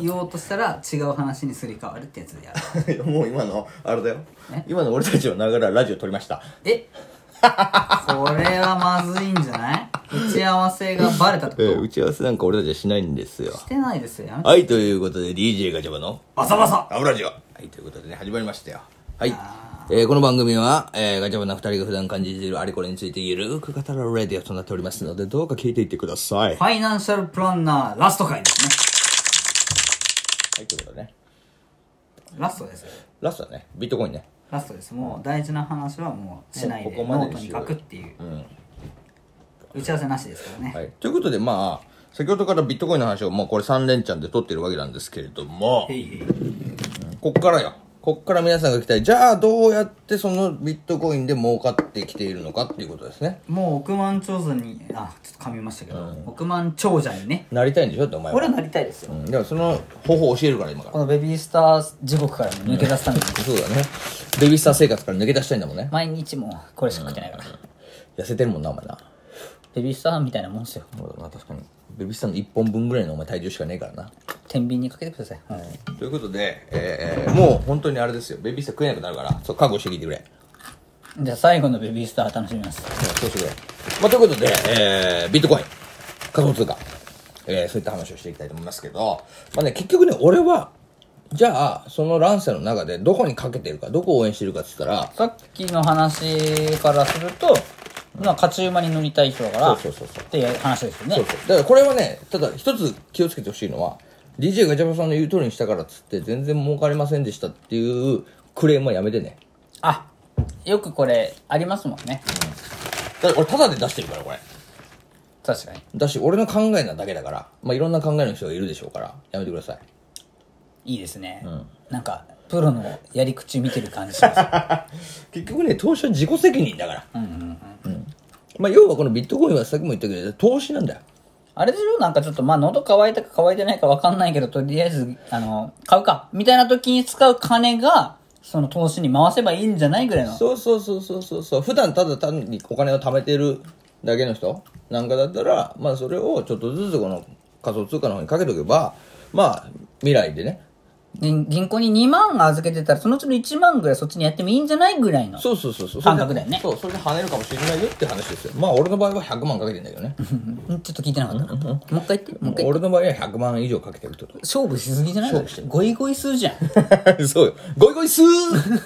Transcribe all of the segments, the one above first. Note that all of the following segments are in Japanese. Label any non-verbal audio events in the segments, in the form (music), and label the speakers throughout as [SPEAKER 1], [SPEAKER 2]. [SPEAKER 1] 言おうとしたら違う話にすり替わるってやつでやる
[SPEAKER 2] (laughs) もう今のあれだよ
[SPEAKER 1] え
[SPEAKER 2] 今の俺たちのながらラジオ撮りました
[SPEAKER 1] えこれはまずいんじゃない打ち合わせがバレたってこ
[SPEAKER 2] え
[SPEAKER 1] と、
[SPEAKER 2] ー打ち合わせなんか俺たちはしないんですよ
[SPEAKER 1] してないですよやめて
[SPEAKER 2] はいということで DJ ガチャバの
[SPEAKER 1] バサバサ
[SPEAKER 2] アブラジオはいということでね始まりましたよはいえーこの番組は、えーガチャバの二人が普段感じているあれこれについてゆるーく語るレディオとなっておりますのでどうか聞いていってください
[SPEAKER 1] ファイナンシャルプランナーラスト回ですね
[SPEAKER 2] はいということでね
[SPEAKER 1] ラストですよ
[SPEAKER 2] ラストだねビットコインね
[SPEAKER 1] ラストですもう大事な話はもうしないで
[SPEAKER 2] もうここま
[SPEAKER 1] ノー
[SPEAKER 2] で
[SPEAKER 1] ト
[SPEAKER 2] に
[SPEAKER 1] に
[SPEAKER 2] し
[SPEAKER 1] 書
[SPEAKER 2] よう
[SPEAKER 1] くっていう
[SPEAKER 2] うん
[SPEAKER 1] 打ち合わせなしですからね、
[SPEAKER 2] はい、ということでまあ先ほどからビットコインの話をもうこれ3連チャンで撮ってるわけなんですけれども
[SPEAKER 1] へいへい
[SPEAKER 2] こっからよこっから皆さんが来たいじゃあどうやってそのビットコインで儲かってきているのかっていうことですね
[SPEAKER 1] もう億万長者にあちょっと噛みましたけど、億万長者にね
[SPEAKER 2] なりたいんでしょってお前は
[SPEAKER 1] 俺はなりたいですよ、
[SPEAKER 2] うんだからその方法を教えるから今か
[SPEAKER 1] このベビースター地獄からも抜け出すために、
[SPEAKER 2] らそうだねベビースター生活から抜け出したいんだもんね
[SPEAKER 1] 毎日もうこれしか食ってないから、
[SPEAKER 2] 痩せてるもんなお前な
[SPEAKER 1] ベビースターみたいなもんですよ
[SPEAKER 2] そうだな確かにベビースターの1本分ぐらいのお前体重しかねえからな
[SPEAKER 1] 天秤にかけてください、はい、
[SPEAKER 2] ということで、えーもう本当にあれですよベビースター食えなくなるからそう覚悟してきてくれ
[SPEAKER 1] じゃあ最後のベビースター楽しみます
[SPEAKER 2] (laughs) そうしてくれ。まあ、ということで、えー、ビットコイン、仮想通貨、えー、そういった話をしていきたいと思いますけど、まあね、結局ね、俺は、じゃあ、その乱世の中でどこにかけてるか、どこを応援してるかって言ったら、
[SPEAKER 3] さっきの話からすると、まあ、勝ち馬に乗りたい人だから、
[SPEAKER 2] そうそうそうそう
[SPEAKER 3] っていう話ですよね。
[SPEAKER 2] そうそう。だからこれはね、ただ一つ気をつけてほしいのは、DJ ガチャバさんの言う通りにしたからっつって、全然儲かりませんでしたっていうクレームはやめてね。
[SPEAKER 3] あ、よくこれありますもんね。
[SPEAKER 2] だから俺、タダで出してるから、これ。
[SPEAKER 3] 確かに。
[SPEAKER 2] だし、俺の考えなだけだから、まあ、いろんな考えの人がいるでしょうから、やめてください。
[SPEAKER 3] いいですね。なんか、プロのやり口見てる感じします。
[SPEAKER 2] (laughs) 結局ね投資は自己責任だから、うんまあ、要はこのビットコインはさっきも言ったけど投資なんだよ
[SPEAKER 3] あれでしょなんかちょっと、まあ、喉乾いたか乾いてないかわかんないけど、とりあえず、あの、買うか。みたいな時に使う金が、その投資に回せばいいんじゃないぐらいの。
[SPEAKER 2] そうそうそうそうそうそう普段ただ単にお金を貯めてるだけの人なんかだったら、まあ、それをちょっとずつこの仮想通貨の方にかけとけばまあ未来でね
[SPEAKER 3] 銀銀行に2万預けてたら、そのうちの1万ぐらいそっちにやってもいいんじゃないぐらいの。
[SPEAKER 2] そうそうそうそう
[SPEAKER 3] 感覚だよね
[SPEAKER 2] そうそれで跳ねるかもしれないよって話ですよまあ俺の場合は100万かけてんだけどね
[SPEAKER 3] うんちょっと聞いてなかったな。もう一回言って、もう一回言って。
[SPEAKER 2] 俺の場合は100万以上かけてるってこ
[SPEAKER 3] 勝負しすぎじゃない
[SPEAKER 2] 勝負してる
[SPEAKER 3] ゴイゴイするじ
[SPEAKER 2] (laughs)
[SPEAKER 3] ゃん。
[SPEAKER 2] と (laughs) そうよゴイゴイスー、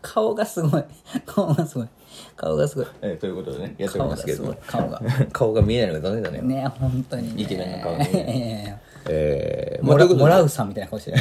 [SPEAKER 3] 顔がすごい。顔がすごい。顔がすごい。
[SPEAKER 2] えーということでねやって
[SPEAKER 3] 顔
[SPEAKER 2] おりま
[SPEAKER 3] が
[SPEAKER 2] すけれ
[SPEAKER 3] す
[SPEAKER 2] ど
[SPEAKER 3] ごい
[SPEAKER 2] も。
[SPEAKER 3] 顔が。
[SPEAKER 2] 顔が見えないのが残念だね
[SPEAKER 3] ね本当に、ね。
[SPEAKER 2] イケメンの顔が見えない
[SPEAKER 3] ね。
[SPEAKER 2] えー、
[SPEAKER 3] もらもら
[SPEAKER 2] う。
[SPEAKER 3] うさんみたいな顔して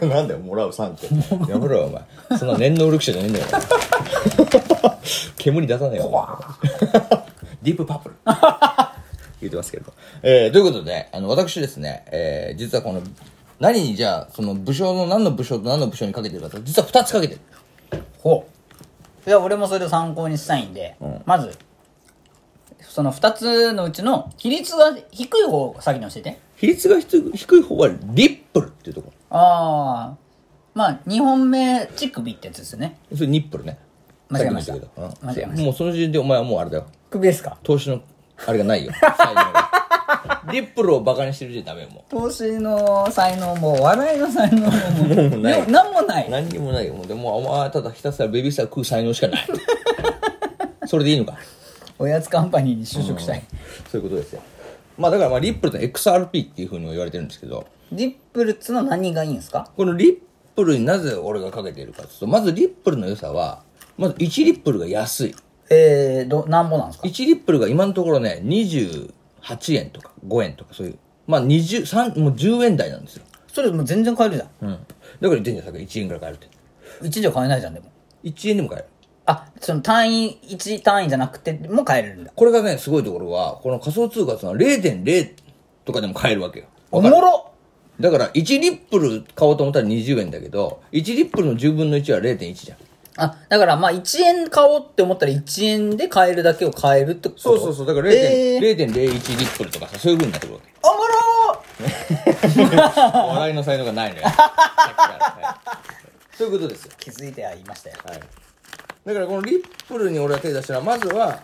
[SPEAKER 3] る。
[SPEAKER 2] (laughs) なんだよ、もらうさんって。やめろよ、お前。そんな念能力者じゃねえんだよ。煙出さねえよ。ディープパープル。 (laughs) 言ってますけど。えー、ということで、あの、私ですね、えー、実はこの、何にじゃあ、その武将の何の武将と何の武将にかけてるかと、実は2つかけてる。
[SPEAKER 3] ほう。いや、俺もそれを参考にしたいんで、まず、その二つのうちの比率が低い方を先に教えて。
[SPEAKER 2] 比率が低い方はリップルっていうとこ
[SPEAKER 3] ああ。まあ、二本目乳首ってやつですよね。
[SPEAKER 2] ろ。それニップルね。
[SPEAKER 3] 間違えました
[SPEAKER 2] さっきも言けど
[SPEAKER 3] 間違えまし
[SPEAKER 2] うん、もうその時点でお前はもうあれだよ。
[SPEAKER 3] 首ですか
[SPEAKER 2] 投資のあれがないよ才能が
[SPEAKER 3] (laughs)
[SPEAKER 2] リップルをバカにしてるじゃダメよも
[SPEAKER 3] 投資の才能も、笑いの才能 (laughs) も、
[SPEAKER 2] もうない
[SPEAKER 3] よなんもな
[SPEAKER 2] う
[SPEAKER 3] い。
[SPEAKER 2] 何にもないよもうでもお前はただひたすらベビースター食う才能しかないそれでいいのか
[SPEAKER 3] おやつカンパニーに就職したい。
[SPEAKER 2] そういうことですよまあだからまあリップルと XRP っていうふうにも言われてるんですけど
[SPEAKER 3] リップルっつの何がいいんですか
[SPEAKER 2] このリップルになぜ俺がかけているかっていうとまずリップルの良さはまず1リップルが安い
[SPEAKER 3] えー、ど、なんぼなんですか
[SPEAKER 2] 1リップルが今のところね28円とか5円とかそういうまあ20 3もう10円台なんですよ、
[SPEAKER 3] それもう全然買えるじゃ
[SPEAKER 2] うん、だから言ってんじゃんさっき1円から買えるって
[SPEAKER 3] ん。1じゃ買えないじゃん、でも。
[SPEAKER 2] 1円でも買える
[SPEAKER 3] あ、その単位、1単位じゃなくて、もう買えるんだ。
[SPEAKER 2] これがね、すごいところは、この仮想通貨っていうのは0.0とかでも買えるわけよ。
[SPEAKER 3] おもろ
[SPEAKER 2] だから、1リップル買おうと思ったら20円だけど、1リップルの10分の1は0.1じゃん。
[SPEAKER 3] あ、だからまあ1円買おうって思ったら1円で買えるだけを買えるってこと
[SPEAKER 2] そうそうそう。だから0.01、
[SPEAKER 3] えー、
[SPEAKER 2] 0.01リップルとかさ、そういう風になってくるわけ。
[SPEAKER 3] おもろ
[SPEAKER 2] 笑いの才能が (laughs) ないのよ。さっきからはいそういうことですよ。
[SPEAKER 3] 気づいてはいましたよ。
[SPEAKER 2] はい。だから、このリップルに俺は手出したのは、まずは、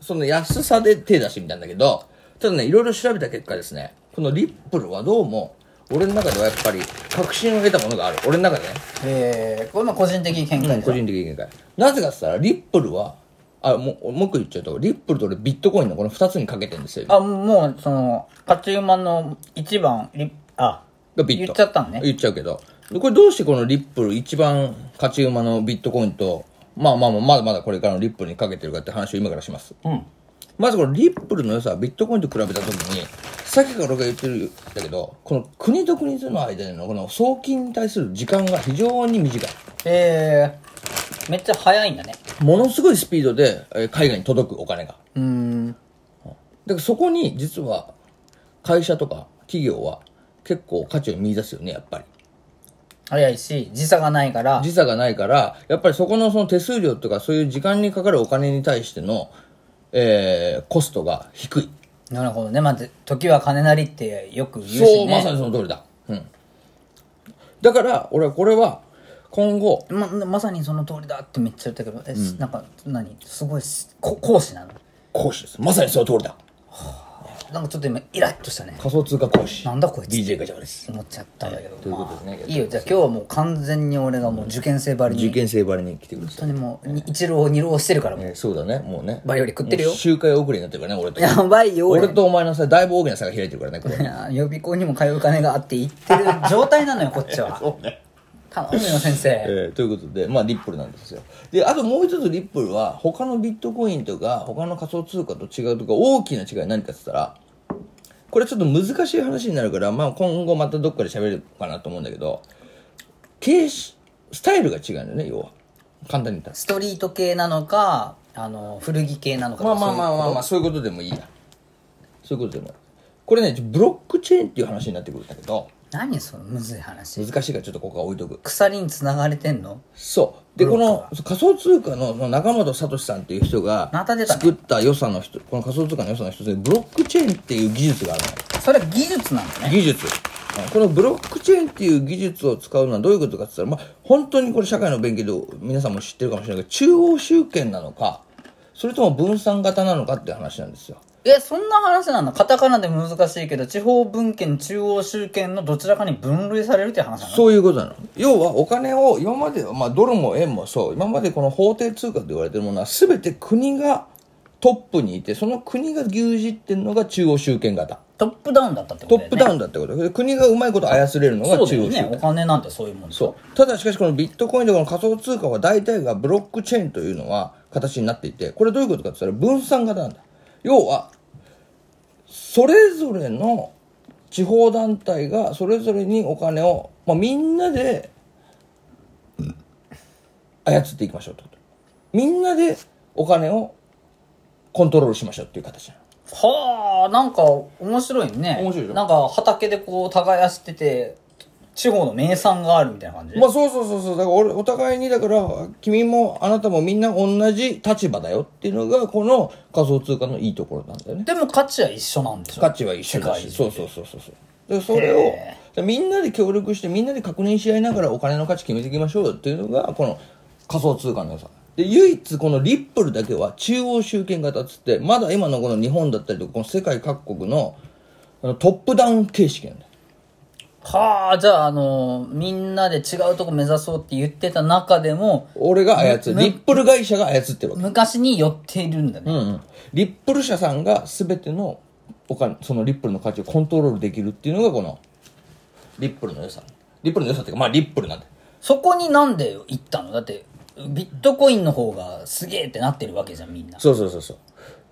[SPEAKER 2] その安さで手出してみたんだけど、ただね、いろいろ調べた結果ですね、このリップルはどうも、俺の中ではやっぱり確信を得たものがある俺の中でね
[SPEAKER 3] えー、これも個人的見解です
[SPEAKER 2] 個
[SPEAKER 3] よ、
[SPEAKER 2] 人的見解なぜかっつったらリップルはあもうもう一個言っちゃうとリップルと俺ビットコインのこの2つにかけてるんですよ今
[SPEAKER 3] あもうその勝ち馬の一番リあ
[SPEAKER 2] がビッ
[SPEAKER 3] 言
[SPEAKER 2] ト
[SPEAKER 3] っちゃったのね
[SPEAKER 2] 言っちゃうけどでこれどうしてこのリップル一番勝ち馬のビットコインとまあまあまあまだまだこれからのリップルにかけてるかって話を今からします
[SPEAKER 3] うん
[SPEAKER 2] まずこのリップルの良さはビットコインと比べた時にさっきから俺が言ってるんだけどこの国と国との間でのこの送金に対する時間が非常に短い
[SPEAKER 3] えー、めっちゃ早いんだね
[SPEAKER 2] ものすごいスピードでえー海外に届くお金が
[SPEAKER 3] うーん
[SPEAKER 2] だからそこに実は会社とか企業は結構価値を見出すよねやっぱり
[SPEAKER 3] 早いし時差がないから
[SPEAKER 2] 時差がないからやっぱりそこのその手数料とかそういう時間にかかるお金に対しての、えーコストが低い
[SPEAKER 3] なるほどねまず時は金なりってよく言うしね
[SPEAKER 2] そうまさにその通りだうんだから俺はこれは今後
[SPEAKER 3] ままさにその通りだってめっちゃ言ったけどえ、なんか何すごいすこ講師なの
[SPEAKER 2] 講師ですまさにその通りだ
[SPEAKER 3] なんかちょっと今イラッとしたね
[SPEAKER 2] 仮想通貨講師
[SPEAKER 3] なんだこいつ
[SPEAKER 2] DJ ガチャバです
[SPEAKER 3] 思っちゃったんだけど、
[SPEAKER 2] ということですね
[SPEAKER 3] まあいいよじゃあ今日はもう完全に俺がもう受験生ばりに
[SPEAKER 2] 受験生バレに来てください、
[SPEAKER 3] 本当にもうに一浪二浪してるからもう、
[SPEAKER 2] えーそうだねもうね
[SPEAKER 3] バイオリン食ってるよ
[SPEAKER 2] もう周回遅れになってるからね俺と
[SPEAKER 3] やばいよ俺
[SPEAKER 2] 俺とお前のさだいぶ大きな差が開いてるからねこれ
[SPEAKER 3] いや予備校にも通う金があって行ってる状態なの
[SPEAKER 2] (laughs)
[SPEAKER 3] よこっちは
[SPEAKER 2] そうね
[SPEAKER 3] 頼むよ先生、
[SPEAKER 2] えーということで、まあ、リップルなんですよ。で、あともう一つリップルは、他のビットコインとか、他の仮想通貨と違うとか、大きな違い何かって言ったら、これちょっと難しい話になるから、まあ、今後またどっかで喋るかなと思うんだけど、形式、スタイルが違うんだよね、要は。簡単に言ったら。
[SPEAKER 3] ストリート系なのかあの古着系なのか
[SPEAKER 2] まあまあまあまあまあ、そういうことでもいいや。そういうことでもいい。これね、ブロックチェーンっていう話になってくるんだけど、
[SPEAKER 3] 何そのむずい話
[SPEAKER 2] 難しいからちょっとここは置いとく。
[SPEAKER 3] 鎖に繋がれてんの
[SPEAKER 2] そう。で、
[SPEAKER 3] ブロ
[SPEAKER 2] こ
[SPEAKER 3] ッ
[SPEAKER 2] の仮想通貨のその中本聡さんっていう人が
[SPEAKER 3] また出たね
[SPEAKER 2] 作った良さの人、この仮想通貨の良さの一つで、ブロックチェーンっていう技術がある
[SPEAKER 3] それは技術なんだ
[SPEAKER 2] の。
[SPEAKER 3] ね
[SPEAKER 2] 技術。このブロックチェーンっていう技術を使うのはどういうことかって言ったら、まあ、本当にこれ社会の勉強で皆さんも知ってるかもしれないけど、中央集権なのか、それとも分散型なのかっていう話なんですよ。
[SPEAKER 3] えそんな話なんだカタカナで難しいけど地方分権中央集権のどちらかに分類されるっていう話なの
[SPEAKER 2] そういうことなの。要はお金を今までは、まあ、ドルも円もそう、今までこの法定通貨と言われてるものは全て国がトップにいて、その国が牛耳ってるのが中央集権型。
[SPEAKER 3] トップダウンだったってこ
[SPEAKER 2] ト
[SPEAKER 3] とだよ
[SPEAKER 2] ップ
[SPEAKER 3] ね
[SPEAKER 2] ダウンだってこと。で国がうまいこと操れるのが
[SPEAKER 3] そうだ
[SPEAKER 2] 中
[SPEAKER 3] よ
[SPEAKER 2] 央集
[SPEAKER 3] ね
[SPEAKER 2] 権。
[SPEAKER 3] お金なんてそういうもんだ
[SPEAKER 2] そう。ただしかしこのビットコインとかの仮想通貨は大体がブロックチェーンというのは形になっていて、これどういうことかって言ったら分散型なんだ。要は、それぞれの地方団体がそれぞれにお金を、まあ、みんなで、操っていきましょうってこと。みんなでお金をコントロールしましょうっていう形なの。
[SPEAKER 3] はあなんか面白いね
[SPEAKER 2] 面白いでしょ
[SPEAKER 3] なんか畑でこう耕してて地方の名産があるみたいな感じ、
[SPEAKER 2] まあそうそうそうそうだから俺お互いにだから君もあなたもみんな同じ立場だよっていうのがこの仮想通貨のいいところなんだよね
[SPEAKER 3] でも価値は一緒なんでしょ
[SPEAKER 2] 価値は一緒だ
[SPEAKER 3] 世
[SPEAKER 2] し
[SPEAKER 3] 界
[SPEAKER 2] そうそうそうそうそうだからそれを
[SPEAKER 3] へ
[SPEAKER 2] みんなで協力してみんなで確認し合いながらお金の価値決めていきましょうよっていうのがこの仮想通貨の良さで唯一このリップルだけは中央集権型っつってまだ今のこの日本だったりとかこの世界各国のあのトップダウン形式なんだよ
[SPEAKER 3] はあじゃああのーみんなで違うとこ目指そうって言ってた中でも
[SPEAKER 2] 俺が操るリップル会社が操ってるわけ
[SPEAKER 3] 昔に寄っているんだね、
[SPEAKER 2] うんうん、リップル社さんが全てのお金そのリップルの価値をコントロールできるっていうのがこのリップルの良さリップルの良さっていうかまあリップルなんだよ
[SPEAKER 3] そこになんで行ったのだってビットコインの方がすげえってなってるわけじゃんみんな
[SPEAKER 2] そうそうそうそう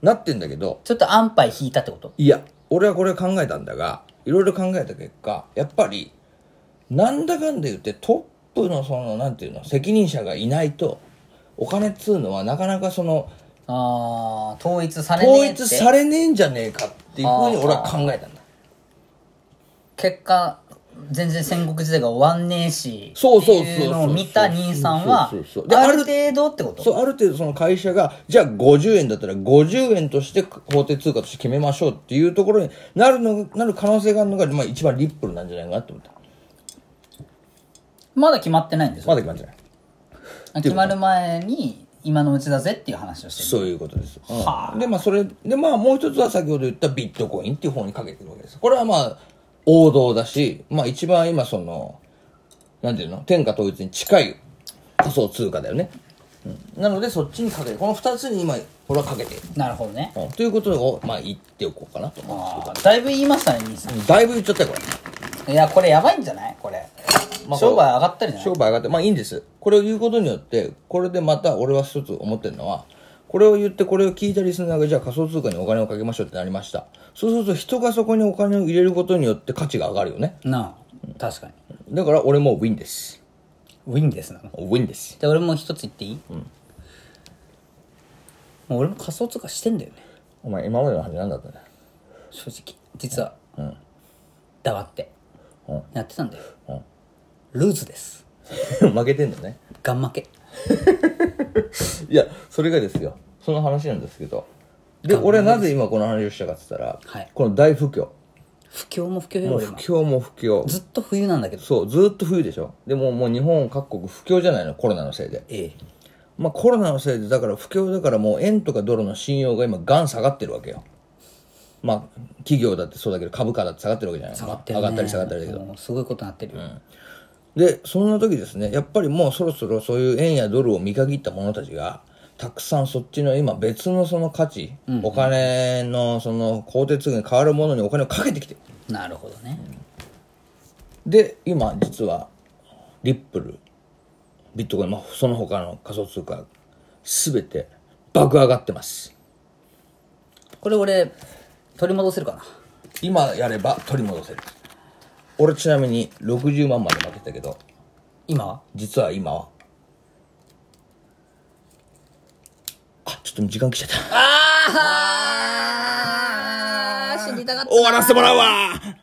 [SPEAKER 2] なってんだけど
[SPEAKER 3] ちょっと安牌引いたってこと
[SPEAKER 2] いや俺はこれを考えたんだがいろいろ考えた結果やっぱりなんだかんだ言ってトップのそのなんていうの責任者がいないとお金っつうのはなかなかその
[SPEAKER 3] ああ統一されね
[SPEAKER 2] 統
[SPEAKER 3] えって
[SPEAKER 2] 一されねえんじゃねえかっていうふうに俺は考えたんだ
[SPEAKER 3] 結果全然戦国時代が終わんねえし
[SPEAKER 2] そうそうそう
[SPEAKER 3] っていうのを見た兄さんは
[SPEAKER 2] そうそうそうで
[SPEAKER 3] ある程度ってこと
[SPEAKER 2] そう、ある程度その会社が、じゃあ50円だったら50円として法定通貨として決めましょうっていうところになるの、なる可能性があるのが、まあ一番リップルなんじゃないかなって思った。
[SPEAKER 3] まだ決まってないんです
[SPEAKER 2] ま
[SPEAKER 3] よ、
[SPEAKER 2] だ決まってない。
[SPEAKER 3] 決まる前に今のうちだぜっていう話をしてる
[SPEAKER 2] そういうことです。うん
[SPEAKER 3] は
[SPEAKER 2] で、まあそれ、で、まあもう一つは先ほど言ったビットコインっていう方にかけてるわけです。これはまあ、王道だし、まあ一番今その、なんていうの天下統一に近い仮想通貨だよね。うんなのでそっちにかける。この二つに今、俺はかけている。
[SPEAKER 3] なるほどね。
[SPEAKER 2] うんということを、まあ言っておこうかなと。
[SPEAKER 3] あーだいぶ言いましたね、兄さ
[SPEAKER 2] うんだいぶ言っちゃったよ、これ。
[SPEAKER 3] ん。いや、これやばいんじゃないこれ。
[SPEAKER 2] まあ
[SPEAKER 3] 商売上がったりじゃな
[SPEAKER 2] 商
[SPEAKER 3] い
[SPEAKER 2] 売上がって、まあいいんです。これを言うことによって、これでまた俺は一つ思ってるのは、これを言ってこれを聞いたリスナーが、じゃあ仮想通貨にお金をかけましょうってなりました。そうすると人がそこにお金を入れることによって価値が上がるよね。
[SPEAKER 3] なあ、確かに。
[SPEAKER 2] だから俺もウィンです。
[SPEAKER 3] ウィンですなの。
[SPEAKER 2] ウィンです。
[SPEAKER 3] じゃあ俺も一つ言っていいもう俺も仮想通貨してんだよね。
[SPEAKER 2] お前今までの話なんだったね。
[SPEAKER 3] 正直。実は。だわって。
[SPEAKER 2] うん
[SPEAKER 3] やってたんだよ。ルーズです。
[SPEAKER 2] (laughs) 負けてんだね。
[SPEAKER 3] ガン負け。
[SPEAKER 2] いや、それがですよ。その話なんですけど。で、俺はなぜ今この話をしたかって言ったら、
[SPEAKER 3] はい
[SPEAKER 2] この大不況。
[SPEAKER 3] 不況も不況
[SPEAKER 2] も
[SPEAKER 3] よ、
[SPEAKER 2] う
[SPEAKER 3] 俺
[SPEAKER 2] 不
[SPEAKER 3] 今。
[SPEAKER 2] 況も不況。
[SPEAKER 3] ずっと冬なんだけど。
[SPEAKER 2] そう、ずーっと冬でしょ。でももう日本各国不況じゃないの、コロナのせいで。
[SPEAKER 3] ええ。
[SPEAKER 2] まあコロナのせいで、だから不況だからもう円とかドルの信用が今ガン下がってるわけよ。まあ企業だってそうだけど株価だって下がってるわけじゃない
[SPEAKER 3] 上がってる
[SPEAKER 2] 上
[SPEAKER 3] ね
[SPEAKER 2] がったり下がったりだけど。
[SPEAKER 3] もうすごいことになってるよ。
[SPEAKER 2] で、そんな時ですね、やっぱりもうそろそろそういう円やドルを見限った者たちが、たくさんそっちの今別のその価値、お金のその公鉄に変わるものにお金をかけてきてる。
[SPEAKER 3] なるほどね。
[SPEAKER 2] で今実はリップルビットコイン、まあ、その他の仮想通貨全て爆上がってます
[SPEAKER 3] これ俺、取り戻せるかな。
[SPEAKER 2] 今やれば取り戻せる俺ちなみに60万まで負けたけど
[SPEAKER 3] 今は
[SPEAKER 2] 実は今はあちょっと時間来ちゃった
[SPEAKER 3] あー、死にたかった。
[SPEAKER 2] 終わらせてもらうわ